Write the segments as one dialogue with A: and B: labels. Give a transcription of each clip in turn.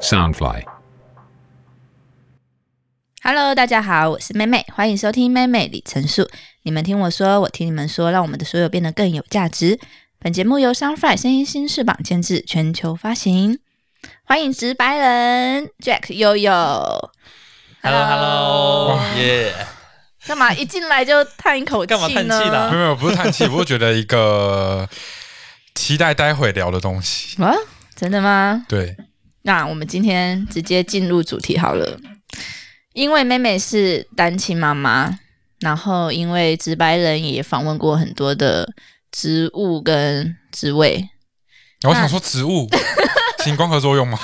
A: Soundfly.
B: Hello，大家好，我是妹妹，欢迎收听妹妹李陈述。你们听我说，我听你们说，让我们的所有变得更有价值。本节目由 Sunfly 声音新翅膀监制，全球发行。欢迎直白人 Jack 悠悠
C: Hello Hello，耶！
B: 干嘛一进来就叹一口气呢？
C: 干嘛叹气
A: 没
C: 啦
A: 有，没有，不是叹气，我觉得一个期待待会聊的东西。
B: 啊，真的吗？
A: 对，
B: 那我们今天直接进入主题好了，因为妹妹是单亲妈妈，然后因为直白人也访问过很多的职务跟职位，
A: 我想说植物行光合作用吗？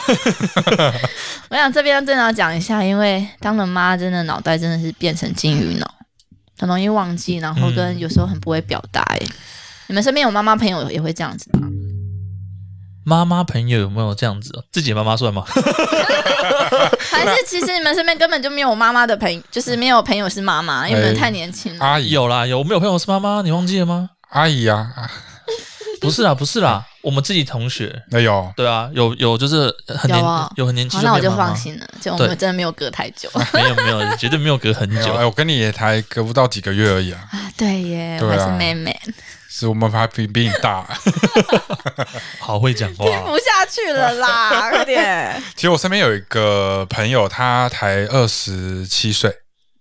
B: 我想这边正要讲一下，因为当了妈，真的脑袋真的是变成金鱼脑，很容易忘记，然后跟
C: 嗯
B: 有时候很不会表达、欸。你们身边有妈妈朋友也会这样子吗？
C: 妈妈朋友有没有这样子？自己的妈妈算吗？
B: 还是其实你们身边根本就没有妈妈的朋友，就是没有朋友是妈妈，因为你们
A: 哎
B: 太年轻了。
A: 阿 姨，
C: 有啦，有。我们有朋友是妈妈，你忘记 了吗？
A: 阿姨啊，啊
C: 不是啦，不是啦，我们自己同学。
A: 哎呦，
C: 对啊，有有，就是很年
B: 有啊
C: 有很年轻
B: 好，
C: 就
B: 那我
C: 变
B: 就
C: 妈妈
B: 放。心了，就我们
C: 对
B: 真的没有隔太久
C: 没有没有，绝对 没有隔很
A: 没有，
C: 久啊
A: 哎，。我跟你也才隔不到几个月而已啊，
B: 啊。对耶，
A: 对
B: 我
A: 啊
B: 还是妹妹，
A: 是我们还比比你大。
C: 好会讲话
B: 听不下去了 啦，快点。
A: 其实我身边有一个朋友，他才二十七岁，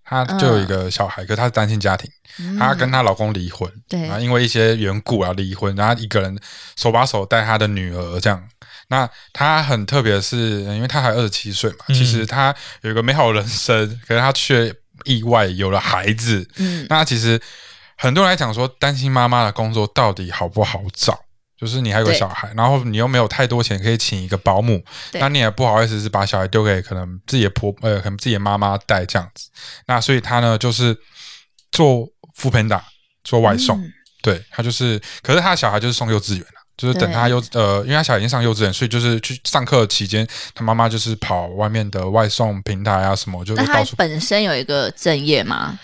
A: 他就有一个小孩，可是他是单亲家庭，
B: 嗯
A: 她跟她老公离婚，
B: 对
A: 然后因为一些缘故啊离婚，然后她一个人手把手带她的女儿这样。那她很特别的是，因为她还二十七岁嘛，
C: 嗯
A: 其实她有一个美好的人生，可是她却意外有了孩子。
B: 嗯
A: 那其实很多人来讲说，单亲妈妈的工作到底好不好找？就是你还有个
B: 对
A: 小孩，然后你又没有太多钱可以请一个保姆，
B: 对
A: 那你也不好意思是把小孩丢给可能自己的婆呃，可能自己的妈妈带这样子。那所以他呢，就是做副盆打，做外送，
B: 嗯
A: 对他就是，可是他的小孩就是送幼稚园了。就是等他幼呃，因为他小孩已经上幼稚园，所以就是去上课期间，他妈妈就是跑外面的外送平台啊什么，就是
B: 那
A: 到
B: 她
A: 处
B: 本身有一个正业吗？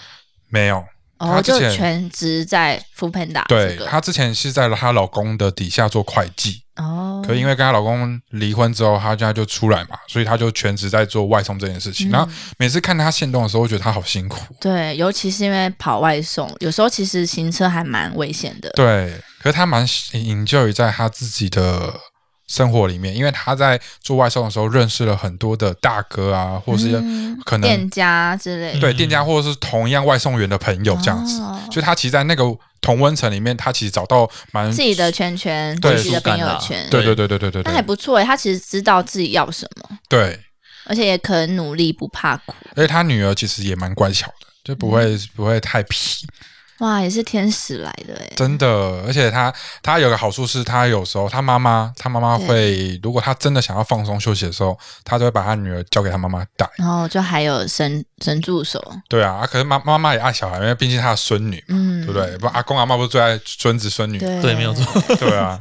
A: 没有。
B: 哦，
A: 她之
B: 就
A: 前
B: 全职在 Food Panda
A: 对
B: 这个
A: 她之前是在她老公的底下做会计，
B: 哦，
A: 可因为跟她老公离婚之后，她家就出来嘛，所以她就全职在做外送这件事情。
B: 嗯
A: 然后每次看她现动的时候，我觉得她好辛苦。
B: 对，尤其是因为跑外送，有时候其实行车还蛮危险的。
A: 对，可是她蛮 enjoy 在她自己的生活里面，因为她在做外送的时候认识了很多的大哥啊，或是
B: 嗯
A: 可能、
B: 店家之类的，
A: 对
C: 嗯
A: 店家或者是同样外送员的朋友这样子。
B: 哦
A: 所以她其实，在那个同温层里面，她其实找到蛮
B: 自己的圈圈，
A: 对啊
B: 自己的
C: 属感
B: 朋友
C: 啦
B: 圈，
A: 对对对对对对
B: 那还
A: 对
B: 不错诶，他其实知道自己要什么，
A: 对。
B: 而且也肯努力，不怕苦。
A: 而且他女儿其实也蛮乖巧的，就不会、不会太皮，
B: 哇，也是天使来的哎，
A: 真的。而且他他有个好处是，他有时候他妈妈他妈妈会，如果他真的想要放松休息的时候，他就会把他女儿交给他妈妈带。
B: 然后就还有神神助手，
A: 对啊，啊可是妈妈妈也爱小孩，因为毕竟他的孙女，
B: 嗯，
A: 对不对？不，阿公阿妈不是最爱孙子孙女？
B: 对
C: 对没有错。
A: 对 啊，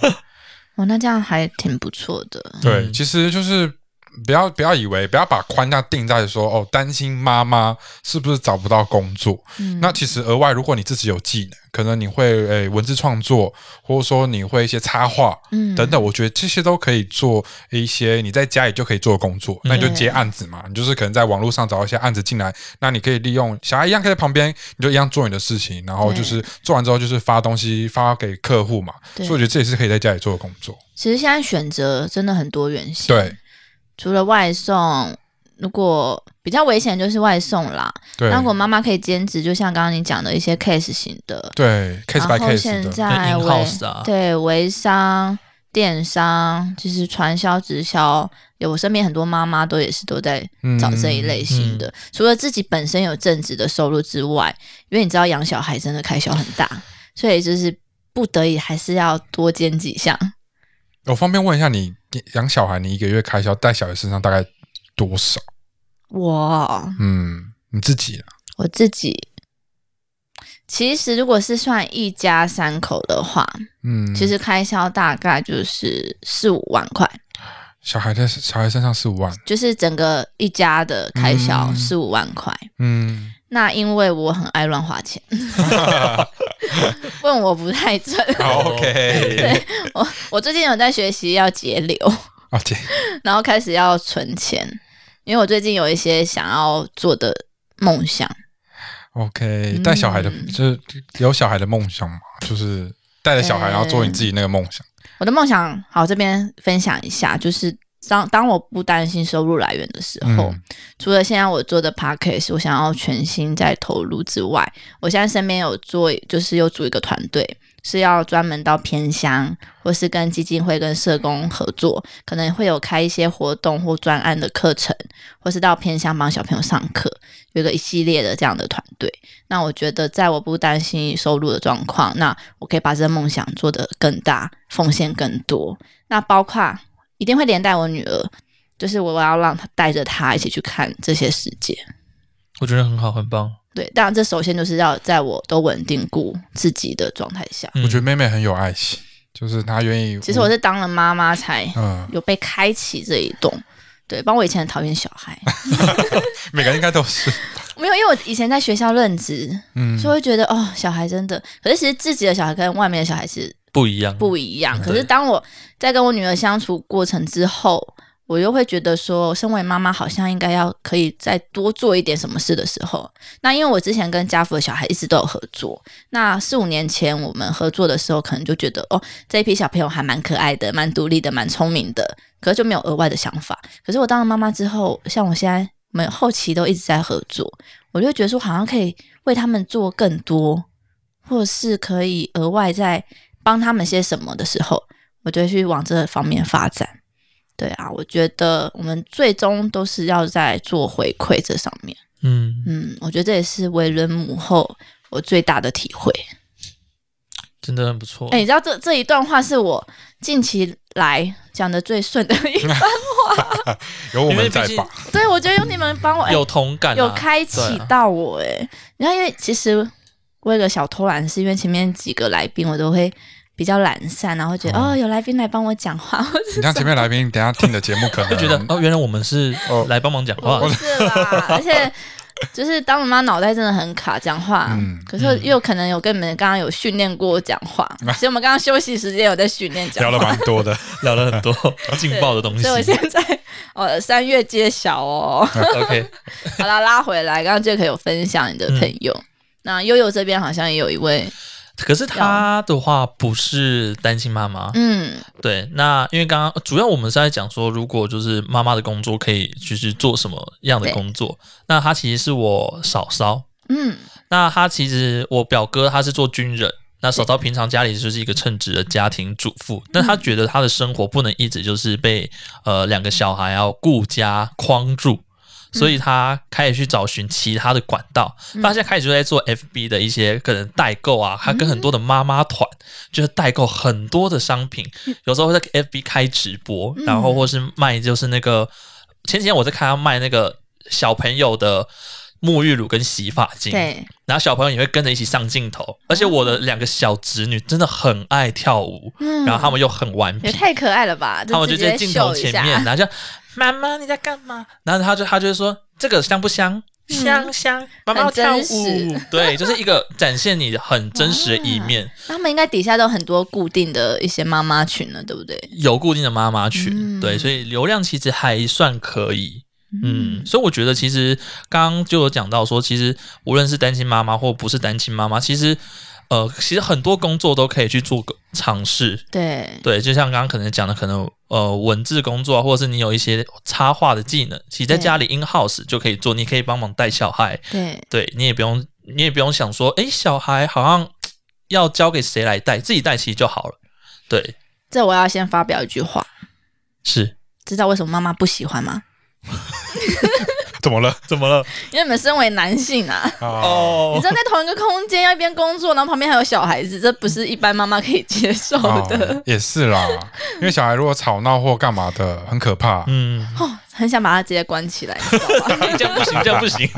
B: 哦，那这样还挺不错的。
A: 对，其实就是。不要不要以为不要把框架定在说哦，担心妈妈是不是找不到工作，
B: 嗯，
A: 那其实额外，如果你自己有技能，可能你会诶、文字创作，或者说你会一些插画
B: 嗯
A: 等等，我觉得这些都可以做一些你在家里就可以做的工作。
B: 嗯
A: 那你就接案子嘛，你就是可能在网络上找一些案子进来，那你可以利用小孩一样可以在旁边，你就一样做你的事情，然后就是做完之后就是发东西发给客户嘛。
B: 对
A: 所以我觉得这也是可以在家里做的工作。
B: 其实现在选择真的很多元性，，
A: 对
B: 除了外送，如果比较危险就是外送啦。
A: 对
B: 那如果妈妈可以兼职，就像刚刚你讲的一些 case 型的，
A: 对
B: 然
A: ，case by
B: 后
A: case
B: 现
A: 的，
B: 在
C: 对
B: 微
C: ，in-house 啊
B: 对微商、电商，其实传销、直销，有我身边很多妈妈都也是都在
A: 嗯
B: 找这一类型的。除了自己本身有正职的收入之外，因为你知道养小孩真的开销很大，所以就是不得已还是要多兼几项。
A: 我方便问一下你，你养小孩，你一个月开销在小孩身上大概多少？
B: 哇，
A: 嗯，你自己啊
B: 我自己。其实，如果是算一家三口的话，
A: 嗯，
B: 其实开销大概就是四五万块，
A: 小孩在小孩身上四五万，
B: 就是整个一家的开销
A: 嗯
B: 四五万块。
A: 嗯，
B: 那因为我很爱乱花 钱，问我不太准。
A: 好哦 OK，
B: 我最近有在学习要节流，
A: 了解，
B: 然后开始要存钱，因为我最近有一些想要做的梦想。
A: OK，带小孩的、
B: 嗯
A: 就是有小孩的梦想嘛，就是带着小孩，
B: 对
A: 然后做你自己那个梦想。
B: 我的梦想，好这边分享一下，就是当当我不担心收入来源的时候，
A: 嗯
B: 除了现在我做的 podcast，我想要全心在投入之外，我现在身边有做，就是有组一个团队，是要专门到偏乡，或是跟基金会、跟社工合作，可能会有开一些活动或专案的课程，或是到偏乡帮小朋友上课，有一个一系列的这样的团队。那我觉得，在我不担心收入的状况，那我可以把这个梦想做得更大，奉献更多。那包括一定会连带我女儿，就是我要让她带着她一起去看这些世界。
C: 我觉得很好，很棒。
B: 对，当然这首先就是要在我都稳定固自己的状态下。
A: 我觉得
C: 得
A: 妹妹很有爱心，就是她愿意。
B: 其实我是当了妈妈才
A: 嗯，
B: 有被开启这一栋。对，包括我以前很讨厌小孩，
A: 每个人应该都是，
B: 没有，因为我以前在学校任职，
A: 嗯，
B: 所以会觉得哦，小孩真的。可是其实自己的小孩跟外面的小孩是
C: 不一样，
B: 不
C: 一
B: 一样。
C: 对
B: 可是当我在跟我女儿相处过程之后，我又会觉得说，身为妈妈好像应该要可以再多做一点什么事的时候，那因为我之前跟家福的小孩一直都有合作，那四五年前我们合作的时候，可能就觉得哦，这一批小朋友还蛮可爱的，蛮独立的，蛮聪明的，可是就没有额外的想法。可是我当了妈妈之后，像我现在我们后期都一直在合作，我就会觉得说好像可以为他们做更多，或是可以额外再帮他们些什么的时候，我就会去往这方面发展。对啊，我觉得我们最终都是要在做回馈这上面。
C: 嗯，
B: 嗯，我觉得这也是为人母后我最大的体会。
C: 真的很不错。
B: 哎、你知道这这一段话是我近期来讲的最顺的一段，
A: 有我
C: 因为
A: 们
C: 毕
A: 在
C: 竟
A: 吧？
B: 对我觉得有你们帮我、哎
C: 有同感啊，
B: 有开启
C: 对啊
B: 到我哎、然后因为其实我有个小偷懒，是因为前面几个来宾我都会比较懒散，然后觉得
C: 嗯
B: 哦有来宾来帮我讲 话，
A: 你像前面来宾，等一下听的节目可能
C: 就觉得哦，原来我们是
A: 哦
C: 来帮忙讲
B: 我
C: 话
B: 不
C: 的。
B: 是啦，而且就是当我妈脑袋真的很卡，讲话，
A: 嗯
B: 可是又可能有跟你们刚刚有训练过讲话，
C: 啊
B: 所以我们刚刚休息时间有在训练讲
A: 聊
B: 话
A: 了。蛮 多的。
C: 聊了很多劲爆的东西
B: 所以。我现在呃三月揭晓 哦。
C: OK，
B: 好啦，拉回来，刚刚杰克有分享你的朋友，
C: 嗯
B: 那悠悠这边好像也有一位，
C: 可是他的话不是单亲妈妈，
B: 嗯
C: 对，那因为刚刚主要我们是在讲说，如果就是妈妈的工作可以就是做什么样的
B: 对
C: 工作，那他其实是我嫂嫂，
B: 嗯
C: 那他其实我表哥他是做军人，那嫂嫂平常家里就是一个称职的家庭主妇，但他觉得他的生活不能一直就是被呃两个小孩要顾家框住。所以他开始去找寻其他的管道，那他现在开始就在做 FB 的一些可能代购啊，他跟很多的妈妈团就是代购很多的商品，有时候会在 FB 开直播，然后或是卖就是那个前几天我在看他卖那个小朋友的沐浴乳跟洗发精，
B: 对，
C: 然后小朋友也会跟着一起上镜头，而且
B: 哦
C: 我的两个小侄女真的很爱跳舞，
B: 嗯，
C: 然后他们又很顽
B: 也
C: 皮，
B: 太可爱了吧，
C: 他们就
B: 直接
C: 在镜头
B: 秀
C: 前
B: 一下
C: 面，然后就妈妈你在干嘛？然后他就他就会说这个香不香？香香，妈妈要
B: 嗯很真
C: 跳舞
B: 实， 啊
C: 对，就是一个展现你很真实的一面。
B: 他们应该底下都有很多固定的一些妈妈群了，对不对？
C: 有固定的妈妈群，
B: 嗯
C: 对，所以流量其实还算可以。嗯，所以我觉得其实刚刚就有讲到说，其实无论是单亲妈妈或不是单亲妈妈，其实呃，其实很多工作都可以去做个尝试。
B: 对，
C: 对，就像刚刚可能讲的，可能呃文字工作啊，或者是你有一些插画的技能，其实在
B: 对
C: 家里 in house 就可以做，你可以帮忙带小孩，
B: 对，
C: 对你也不用你也不用想说，诶，小孩好像嘖要交给谁来带，自己带其实就好了。对，
B: 这我要先发表一句话，
C: 是
B: 知道为什么妈妈不喜欢吗？
A: 怎么了？
C: 怎么了？
B: 因为你们身为男性啊，
A: 哦
C: 哦
B: 你知道在同一个空间要一边工作，然后旁边还有小孩子，这不是一般妈妈可以接受的。
A: 啊也是啦，因为小孩如果吵闹或干嘛的，很可怕。
C: 嗯，
B: 哦，很想把它直接关起来，你知道吗？
C: 这样不行，这样不行。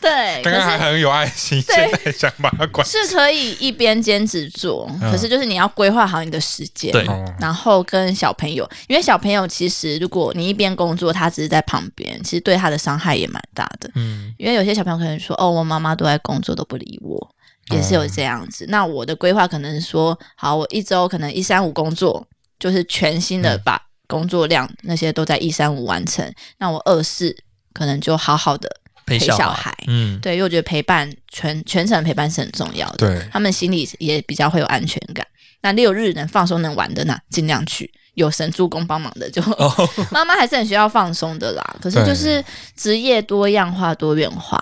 B: 对，可
A: 刚刚还
B: 是
A: 很有爱心，现
B: 对
A: 在想把它关。
B: 是可以一边兼职做，
A: 嗯
B: 可是就是你要规划好你的时间。
C: 对
A: 哦
B: 然后跟小朋友，因为小朋友其实如果你一边工作，他只是在旁边，其实对他的伤害也蛮大的。
C: 嗯，
B: 因为有些小朋友可能说：“哦，我妈妈都在工作，都不理我。”也是有这样子。那我的规划可能是说：“好，我一周可能一三五工作，就是全心的把工作量那些都在一三五完成，那我二四可能就好好的
C: 陪
B: 小
C: 小
B: 孩
C: 嗯，
B: 对，因为我觉得陪伴全全程陪伴是很重要的，
A: 对
B: 他们心里也比较会有安全感。那六日能放松能玩的呢，尽量去。有神助攻帮忙的就，
C: 哦，
B: 妈妈还是很需要放松的啦。可是
A: 对
B: 就是职业多样化、多元化，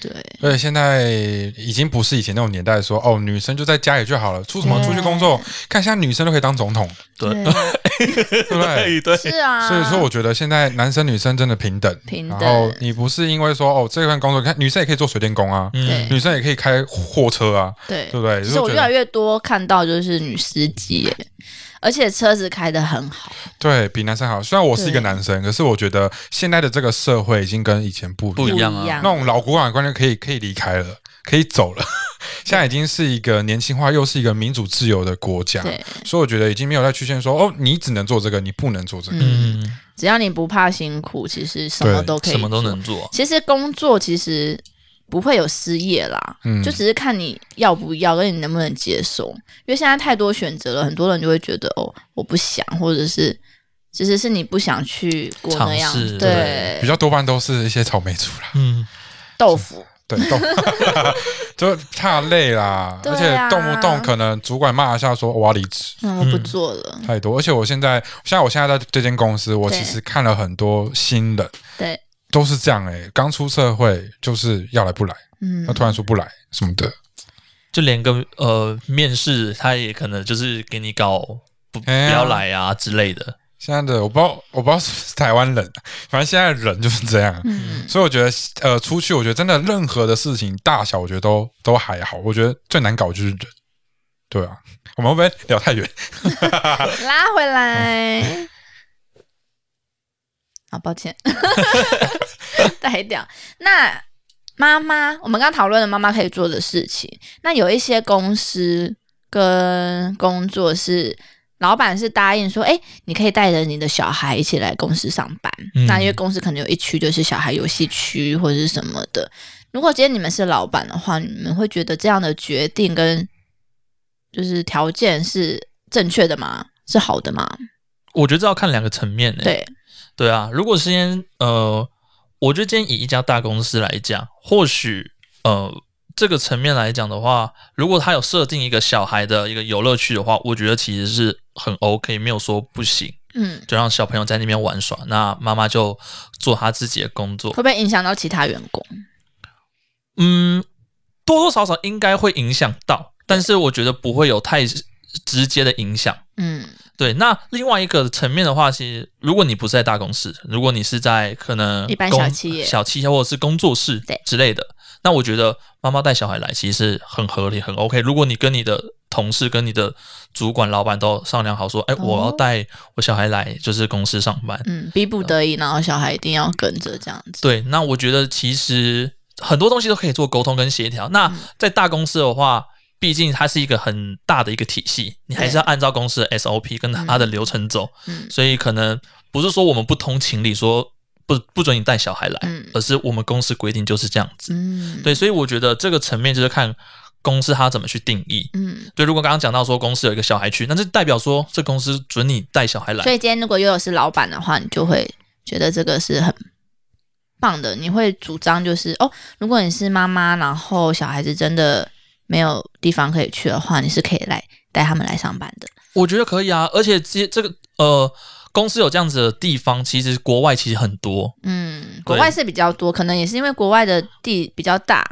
B: 对，
A: 而且现在已经不是以前那种年代说哦，女生就在家里就好了，出什么
B: 对
A: 出去工作？看现在女生都可以当总统，
C: 对，
A: 对不
C: 对
A: 对？
C: 对，
B: 是 啊。
A: 所以说，我觉得现在男生女生真的平等，
B: 平
A: 然
B: 等
A: 后你不是因为说哦这份工作，看女生也可以做水电工啊，
B: 对
A: 女生也可以开货车啊，
B: 对
A: 对，不对？
B: 其实我
A: 就
B: 越
A: 觉得
B: 来越多看到就是女司机耶，而且车子开得很好，
A: 对比男生好。虽然我是一
B: 对
A: 个男生，可是我觉得现在的这个社会已经跟以前不一
C: 不
A: 样
C: 一，样
B: 不
C: 啊
B: 一样
A: 那种老古板的观念可以可以离开了，可以走了。 现在已经是一个年轻化，又是一个民主自由的国家，
B: 对，
A: 所以我觉得已经没有在局限说哦，你只能做这个，你不能做这个。
B: 嗯，
C: 嗯，
B: 只要你不怕辛苦，其实什么
A: 对
B: 都可以，
C: 什么都。能做，
B: 其实工作其实不会有失业啦，
A: 嗯
B: 就只是看你要不要，跟你能不能接受。因为现在太多选择了，很多人就会觉得哦，我不想，或者是其实是你不想去过那样
C: 尝试，
A: 比较多半都是一些草莓族 啦，
C: 嗯，
B: 豆腐，
A: 对，动 就怕累啦，
B: 对啊
A: 而且动不动可能主管骂一下说我要离职。
B: 嗯，我不做了，
A: 太多，而且我现在，像我现在在这间公司，我
B: 对
A: 其实看了很多新人，
B: 对，
A: 都是这样诶、刚出社会就是要来不来，
B: 嗯
A: 那，突然说不来什么的，
C: 就连个呃面试，他也可能就是给你搞不不
A: 哎呀
C: 要来
B: 嗯
C: 啊之类的，
A: 现在的我不知道，我不知道是不是台湾人，反正现在的人就是这样。
B: 嗯，
A: 所以我觉得，呃，出去我觉得真的任何的事情大小，我觉得都都还好。我觉得最难搞就是人，对啊。我们会不会聊太远？
B: 拉回来。好、抱歉， 带掉。那妈妈，我们刚刚讨论了妈妈可以做的事情。那有一些公司跟工作是，老板是答应说，哎、你可以带着你的小孩一起来公司上班。
C: 嗯
B: 那因为公司可能有一区就是小孩游戏区或者是什么的。如果今天你们是老板的话，你们会觉得这样的决定跟就是条件是正确的吗？是好的吗？
C: 我觉得这要看两个层面诶、
B: 对，
C: 对啊，如果是今天呃，我觉得今天以一家大公司来讲，或许呃这个层面来讲的话，如果他有设定一个小孩的一个游乐区的话，我觉得其实是很 OK，没有说不行，
B: 嗯，
C: 就让小朋友在那边玩耍，那妈妈就做她自己的工作
B: 会。不会影响到其他员工？
C: 嗯，多多少少应该会影响到，但是我觉得不会有太直接的影响。
B: 嗯，
C: 对，那另外一个层面的话，其实如果你不是在大公司，如果你是在可能
B: 一般
C: 公
B: 小企业
C: 小企业或者是工作室
B: 对
C: 之类的，那我觉得妈妈带小孩来其实是很合理、很 OK。如果你跟你的同事、跟你的主管、老板都商量好说，哎、我要
B: 哦
C: 带我小孩来就是公司上班，
B: 嗯，逼不得已，然后小孩一定要跟着这样子。
C: 啊对，那我觉得其实很多东西都可以做沟通跟协调。那
B: 嗯
C: 在大公司的话，毕竟它是一个很大的一个体系，你还是要按照公司的 SOP 跟它的流程走。
B: 嗯
C: 所以可能不是说我们不通情理说不不准你带小孩来，
B: 嗯
C: 而是我们公司规定就是这样子。
B: 嗯，
C: 对，所以我觉得这个层面就是看公司它怎么去定义。
B: 嗯，
C: 对，如果刚刚讲到说公司有一个小孩区，那就代表说这公司准你带小孩来
B: 所。以今天如果悠悠是老板的话，你就会觉得这个是很棒的，你会主张就是哦，如果你是妈妈，然后小孩子真的没有地方可以去的话，你是可以来带他们来上班的。
C: 我觉得可以啊，而且这这个呃，公司有这样子的地方，其实国外其实很多。
B: 嗯，国外是比较多，可能也是因为国外的地比较大，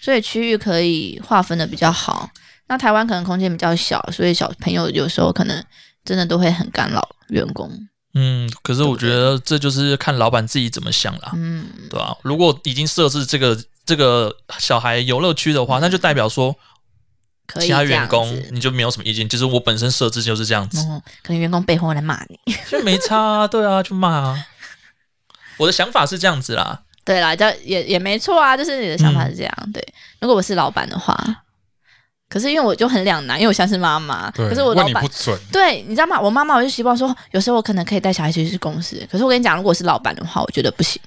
B: 所以区域可以划分的比较好。那台湾可能空间比较小，所以小朋友有时候可能真的都会很干扰员工。
C: 嗯，可是我觉得这就是看老板自己怎么想啦，
B: 嗯，
C: 对吧、如果已经设置这个这个小孩游乐区的话，那就代表说
B: 嗯可以
C: 其他
B: 这样
C: 员
B: 子
C: 工你就没有什么意见，就是我本身设置就是这样子，
B: 哦，嗯可能员工背后来骂你。
C: 就没差、啊，对啊，就骂啊。我的想法是这样子啦，
B: 对啦，这也也没错啊，就是你的想法是这样。对，如果我是老板的话，可是因为我就很两难，因为我像是妈妈，
A: 对，
B: 可是我
A: 问
B: 老
A: 你
B: 板
A: 不准，
B: 对，你知道吗？我妈妈我就希望说，有时候我可能可以带小孩去去公司，可是我跟你讲，如果我是老板的话，我觉得不行。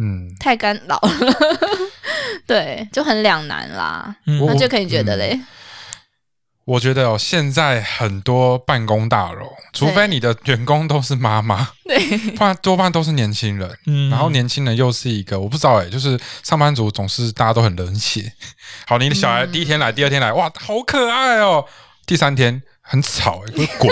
A: 嗯，
B: 太干扰了， 对，就很两难啦。
C: 嗯
B: 那
A: 我嗯
B: 就可以觉得嘞，
A: 我觉得哦，现在很多办公大楼，除非你的员工都是妈妈，
B: 对，
A: 不然多半都是年轻人。
C: 嗯
A: 然后年轻人又是一个，我不知道哎、就是上班族总是大家都很冷血。 好，你的小孩第一天来，第二天来，哇，好可爱哦。第三天很吵、欸，给我 滚！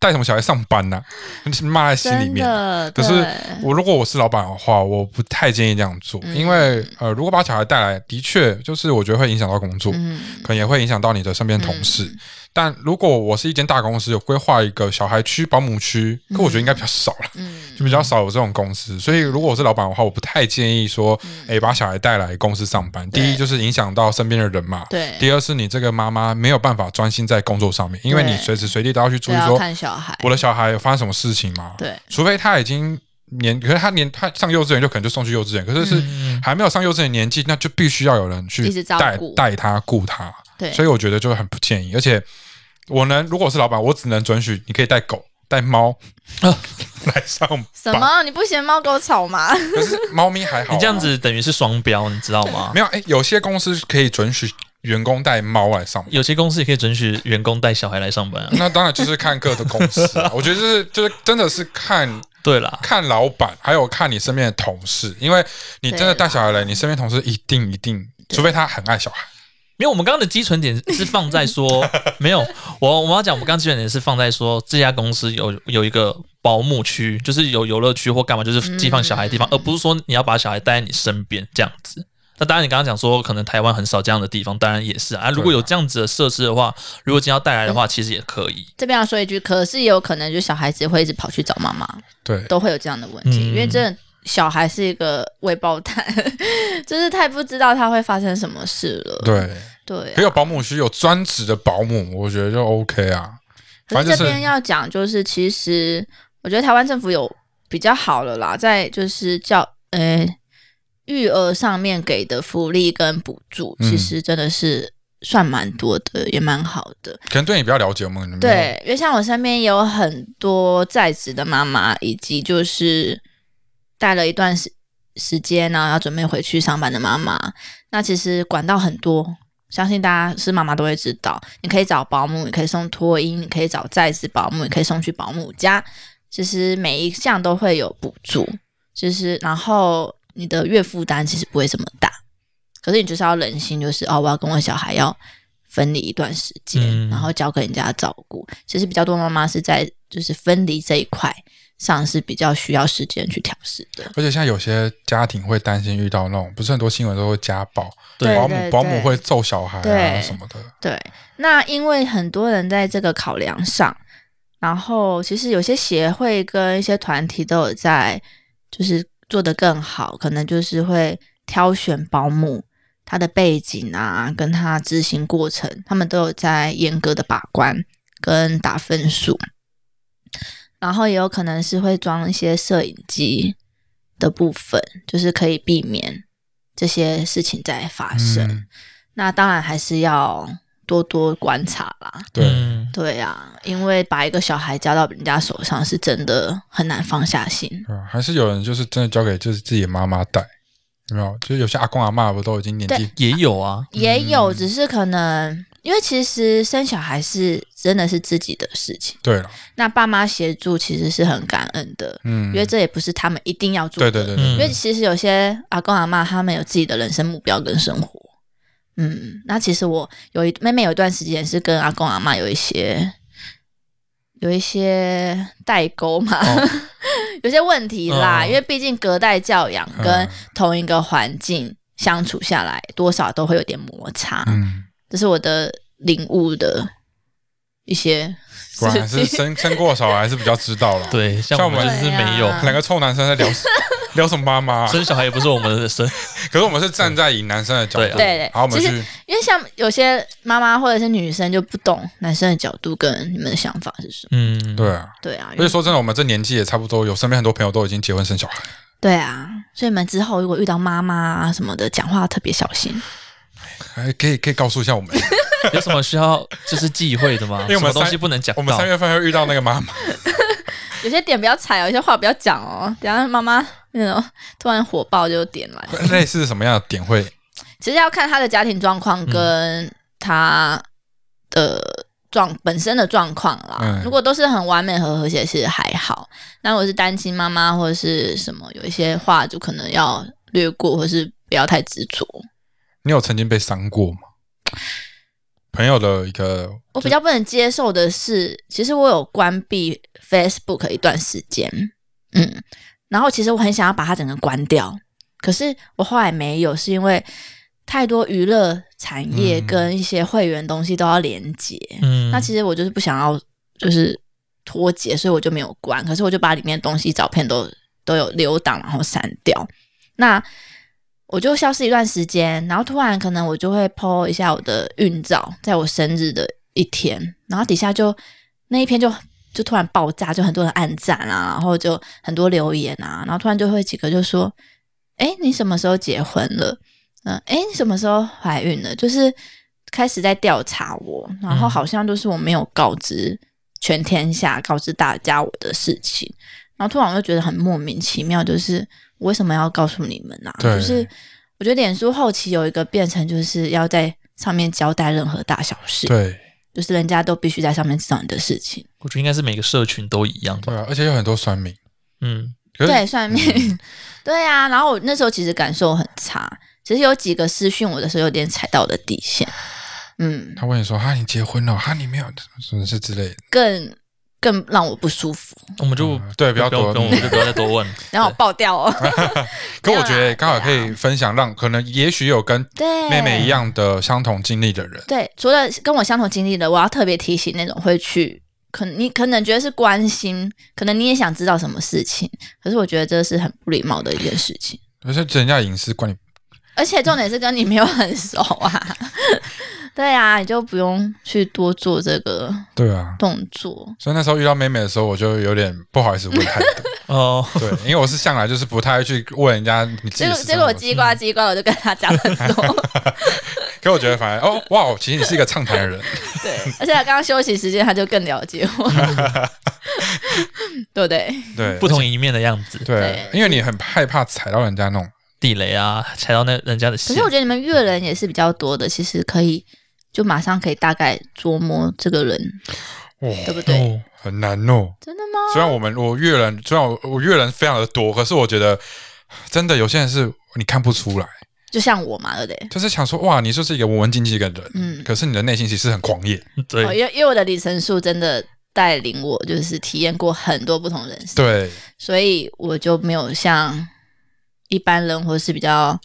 A: 带什么小孩上班呢、 你骂在心里
B: 真
A: 面。啊
B: 的，
A: 可是
B: 对
A: 我如果我是老板的话，我不太建议这样做，
B: 嗯
A: 因为呃，如果把小孩带来，的确就是我觉得会影响到工作，
B: 嗯
A: 可能也会影响到你的身边同事。但如果我是一间大公司，有规划一个小孩区、保姆区，可我觉得应该比较少了，
B: 嗯
A: 就比较少有这种公司。所以如果我是老板的话，我不太建议说，诶、把小孩带来公司上班。
B: 嗯对
A: 第一就是影响到身边的人嘛。
B: 对，
A: 第二是你这个妈妈没有办法专心在工作上面，因为
B: 对
A: 你随时随地都要去注
B: 都
A: 意
B: 要
A: 说
B: 看小孩，
A: 我的小孩有发生什么事情吗？
B: 对，
A: 除非他已经年，可是他年他上幼稚园就可能就送去幼稚园，可是是
C: 嗯
A: 还没有上幼稚园年纪，那就必须要有人去
B: 一直照
A: 带
B: 顾
A: 带他顾他，
B: 对，
A: 所以我觉得就很不建议。而且我能，如果我是老板，我只能准许你可以带狗、带猫来上
B: 什
A: 班，啊
B: 么？你不嫌猫狗吵吗？
A: 可是猫咪还好啊、
C: 你这样子等于是双标，你知道吗？
A: 没有？哎、有些公司可以准许员工带猫来上班。
C: 有些公司也可以准许员工带小孩来上班啊。
A: 那当然就是看各的公司、啊，我觉得就是就是真的是看
C: 对啦，
A: 看老板，还有看你身边的同事，因为你真的带小孩来，你身边同事一定一定，除非他很爱小孩，
C: 因为我们刚刚的基准点是放在 说，没有我我们要讲，我们刚刚基准点是放在说这家公司有有一个保姆区，就是有游乐区或干嘛，就是寄放小孩的地方，而不是说你要把小孩带在你身边这样子。那当然，你刚刚讲说可能台湾很少这样的地方，当然也是啊。啊如果有这样子的设施的话，如果今天要带来的
A: 嗯
C: 话，其实也可以。
B: 这边要说一句，可是也有可能，就小孩子会一直跑去找妈妈，
A: 对，
B: 都会有这样的问题，
C: 嗯
B: 因为真的小孩是一个未爆弹， 就是太不知道他会发生什么事了。
A: 对，
B: 对啊、
A: 可有保姆区有专职的保姆，我觉得就 OK 啊。
B: 可
A: 反
B: 是
A: 正
B: 这
A: 就是
B: 边要讲，就是其实我觉得台湾政府有比较好了啦，在就是教呃、育儿上面给的福利跟补助，
A: 嗯
B: 其实真的是算蛮多的，也蛮好的。
A: 可能对你比较了解，我们
B: 对，因为像我身边也有很多在职的妈妈，以及就是带了一段时时间呢、要准备回去上班的妈妈。那其实管道很多，相信大家是妈妈都会知道。你可以找保姆，你可以送托婴，你可以找在职保姆，你可以送去保姆家。其实每一项都会有补助，就是然后你的月负担其实不会这么大，可是你就是要忍心，就是哦，我要跟我小孩要分离一段时间，
C: 嗯
B: 然后交给人家照顾。其实比较多妈妈是在就是分离这一块上是比较需要时间去调试的。
A: 而且现在有些家庭会担心遇到那种，不是很多新闻都会家暴，
B: 对
A: 保
B: 对
A: 姆保姆
B: 对
A: 会揍小孩啊
B: 对
A: 什么的，
B: 对，那因为很多人在这个考量上，然后其实有些协会跟一些团体都有在，就是做得更好，可能就是会挑选保姆他的背景啊，跟他执行过程，他们都有在严格的把关跟打分数，然后也有可能是会装一些摄影机的部分，就是可以避免这些事情再发生。
A: 嗯，
B: 那当然还是要多多观察啦。
A: 对。
C: 嗯
B: 对啊，因为把一个小孩交到人家手上，是真的很难放下心。
A: 对啊还是有人就是真的交给就是自己的妈妈带，有没有？就是有些阿公阿嬷不都已经年纪
C: 也有啊，
B: 也有，
A: 嗯
B: 只是可能因为其实生小孩是真的是自己的事情，
A: 对了，
B: 那爸妈协助其实是很感恩的，
A: 嗯
B: 因，为这也不是他们一定要做
A: 对
B: 的。
A: 对
C: 嗯
A: 对对，
B: 因为其实有些阿公阿妈他们有自己的人生目标跟生活。嗯，那其实我有一妹妹有一段时间是跟阿公阿妈有一些有一些代沟嘛，
A: 哦
B: 有些问题啦，
C: 嗯
B: 因为毕竟隔代教养跟
A: 嗯
B: 同一个环境相处下来，多少都会有点摩擦。
A: 嗯，
B: 这是我的领悟的一些事
A: 果然还是
B: 情。
A: 生生过手还是比较知道了。，
C: 对，像
A: 像
C: 我们
A: 我
C: 就
A: 们
C: 是没有
B: 对啊
A: 两个臭男生在聊聊什么妈妈啊、
C: 生小孩，也不是我们的生，
A: 可是我们是站在以男生的角
C: 对
A: 度，
C: 啊
B: 对对
A: 好，我们
B: 其实
A: 去
B: 因为像有些妈妈或者是女生就不懂男生的角度跟你们的想法是什么。
C: 嗯，
A: 对啊。
B: 对啊，因
A: 而
B: 为
A: 且说真的，我们这年纪也差不多，有身边很多朋友都已经结婚生小孩。
B: 对啊，所以你们之后如果遇到妈妈啊什么的，讲话特别小心。
A: 哎，可以可以告诉一下我们，
C: 有什么需要就是忌讳的吗？
A: 因为我
C: 什
A: 们
C: 么东
A: 三
C: 西不能讲到，
A: 我们三月份会遇到那个妈妈，
B: 有些点不要踩哦，有些话不要讲哦，等一下妈妈那种突然火爆就点来。
A: 类似什么样的点会？嗯
B: 其实要看他的家庭状况跟他的状本身的状况啦。
A: 嗯
B: 如果都是很完美和和谐，是还好。那如果是单亲妈妈或者是什么，有一些话就可能要略过，或是不要太执着。
A: 你有曾经被伤过吗？朋友的一个，
B: 我比较不能接受的是，其实我有关闭 Facebook 一段时间，嗯，然后其实我很想要把它整个关掉，可是我后来没有，是因为太多娱乐产业
A: 嗯
B: 跟一些会员东西都要连接，
C: 嗯，
B: 那其实我就是不想要就是脱节，所以我就没有关，可是我就把里面东西照片都都有留档，然后删掉。那我就消失一段时间，然后突然可能我就会 PO 一下我的孕照，在我生日的一天，然后底下就那一篇就就突然爆炸，就很多人按赞啊，然后就很多留言啊，然后突然就会几个就说：“哎，你什么时候结婚了？嗯，哎，你什么时候怀孕了？”就是开始在调查我，然后
C: 嗯
B: 好像就是我没有告知全天下、告知大家我的事情，然后突然我就觉得很莫名其妙，就是我为什么要告诉你们啊？
A: 对
B: 就是我觉得脸书后期有一个变成就是要在上面交代任何大小事，
A: 对
B: 就是人家都必须在上面知道你的事情。
C: 我觉得应该是每个社群都一样吧。
A: 对啊，而且有很多酸民，
C: 嗯
A: 可是嗯
B: 对，算命， 对啊。然后我那时候其实感受很差，其实有几个私讯我的时候有点踩到我的底线，嗯，
A: 他问你说哈你结婚了，哈你没有什么事之类的，
B: 更更让我不舒服，
C: 我们就
A: 嗯对不要
C: 不用不
A: 多
C: 用，我们就不要再多问了。
B: 然后我
C: 对
B: 爆掉 哦。
A: 可我觉
B: 没有
A: 得
B: 啦
A: 刚好可以分享让可能也许有跟
B: 对，
A: 妹妹一。样的相同经历的人，
B: 对，除了跟我相同经历的，我要特别提醒那种会去，可你可能觉得是关心，可能你也想知道什么事情，可是我觉得这是很不礼貌的一件事情。
A: 而且人家的隐私关你
B: 而且重点是跟你没有很熟啊， 对啊，你就不用去多做这个
A: 对啊。
B: 动作。
A: 所以那时候遇到妹妹的时候，我就有点不好意思问太 多，
C: 哦，
A: 对，因为我是向来就是不太去问人家你自
B: 结
A: 己
B: 果
A: 是
B: 结果我
A: 什么
B: 叽呱叽呱，我就跟他讲很多，
A: 可我觉得反而哦哇，其实你是一个畅谈的人，
B: 对，而且他刚刚休息时间他就更了解我，对不对？
A: 对，
C: 不同一面的样子，
A: 对，因为你很害怕踩到人家那种，
C: 地雷啊，踩到那人家的
B: 可
C: 线
B: 是我。觉得你们阅人也是比较多的，其实可以就马上可以大概捉摸这个人，对
A: 哇，
B: 不对？
C: 哦
A: 很难哦。
B: 真的吗？
A: 虽然我们我阅人，虽然我我阅人非常的多，可是我觉得真的有些人是你看不出来，
B: 就像我嘛，对不对？
A: 就是想说哇，你就是一个文文静静的人，
B: 嗯
A: 可是你的内心其实很狂野，
B: 哦
C: 对，
B: 因为因为我的里程数真的带领我，就是体验过很多不同人生，
A: 对，
B: 所以我就没有像一般人或是比较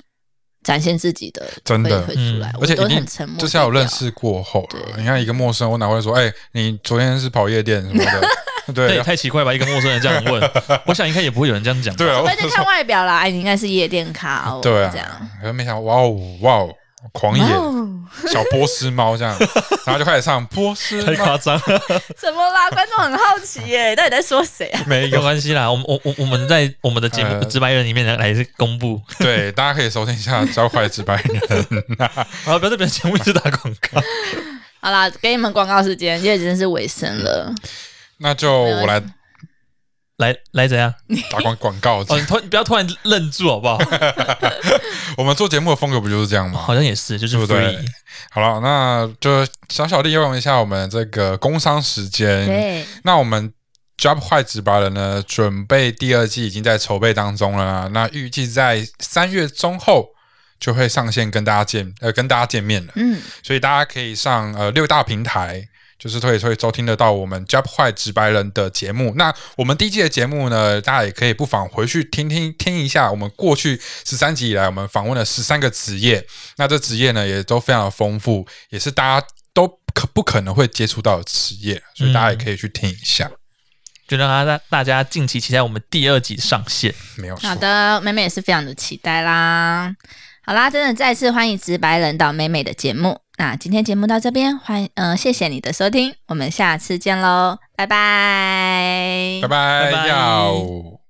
B: 展现自己的
A: 真的
B: 会会出来，
C: 嗯
B: 我
A: 而且
B: 都
A: 一定
B: 很沉默，
A: 就是要有认。识过后啊，
B: 对
A: 你看一个陌生人，我哪会说哎，你昨天是跑夜店什 么的？
C: 那
A: 对啊
C: 也太奇怪吧？一个陌生人这样 问，我想应该也不会有人这样讲。
A: 对，啊，我
B: 关键看外表啦，哎，你应该是夜店咖哦，
A: 对
B: 这样。
A: 啊，可是没想到哇哦哇哦，狂野
B: 哦，
A: 小波斯猫这样， 然后就开始唱波斯
C: 太
A: 猫，
C: 夸张了，
B: 怎么啦？观众很好奇耶，到底在说谁啊？
A: 没
C: 没
A: 有
C: 关系啦。我们我我我们在我们的节目
A: 呃
C: 《直白人》里面来来公 布，
A: 对，大家可以收听一下《教坏直白人》
C: 啊，不要在别人节目一直打广告。
B: 好啦，给你们广告时间，因为已经是尾声了。
A: 那就我 来
C: 来来怎样？
A: 打广广告。
C: 哦，你突你不要突然愣住好不 好？
A: 我们做节目的风格不就是这样吗？
C: 好像也是，就是
A: 对不对
C: free。
A: 好了，那就小小利用一下我们这个工商时间。
B: 对，
A: 那我们 Job 坏直白人呢，准备第二季已经在筹备当中了啦。那预计在三月中后就会上线跟大家见呃跟大家见面了。
B: 嗯，
A: 所以大家可以上呃六大平台，就是可以可以收听得到我们 Job 坏直白人的节目。那我们第一季的节目呢，大家也可以不妨回去听听听一下，我们过去十三集以来，我们访问了十三个职业，那这职业呢也都非常的丰富，也是大家都可不可能会接触到的职业，所以大家也
B: 嗯
A: 可以去听一下，
C: 就让大家大家近期期待我们第二集上线。
A: 没有错
B: 好。的，妹妹也是非常的期待啦。好啦，真的再次欢迎直白人到妹妹的节目。那今天节目到这边，欢嗯、谢谢你的收听，我们下次见喽，拜拜，
A: 拜
C: 拜
A: 拜，
C: 拜
A: 要。